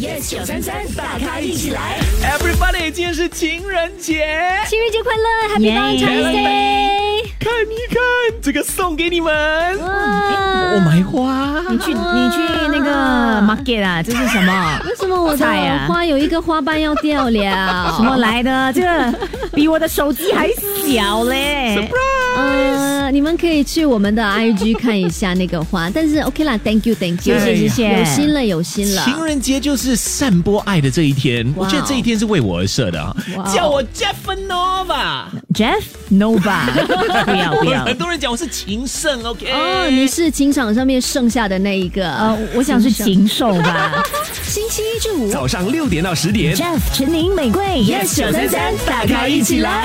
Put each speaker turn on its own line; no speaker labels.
yes 九三三，大咖一起来。
Everybody，今天是情人节，
情人节快乐，Happy Valentine's Day！
看一看这个送给你们，
哇
我买花。
你去你去那个 market 啊，这是什么？
Uh 为什么我的
菜呀
花有一个花瓣要掉了？
什么？来的？这个比我的手机还小嘞！
呃，你们可以去我们的 IG 看一下那个花，但是 OK 啦，Thank you，Thank you，
谢谢谢
谢
有心了，有心了。
情人节就是散播爱的这一天，我
哇哦
觉得这一天是为我而设的啊
哇哦
叫我 Jeff Nova。
Jeff Nova，不要不要
很。多人讲我是情圣，OK？
哦，你是情场上面剩下的那一个。
呃，我想是禽兽吧。
哦星期一至五，
早上六点到十点
Jeff 陈宁玫瑰 yes 九三三，大咖一起来。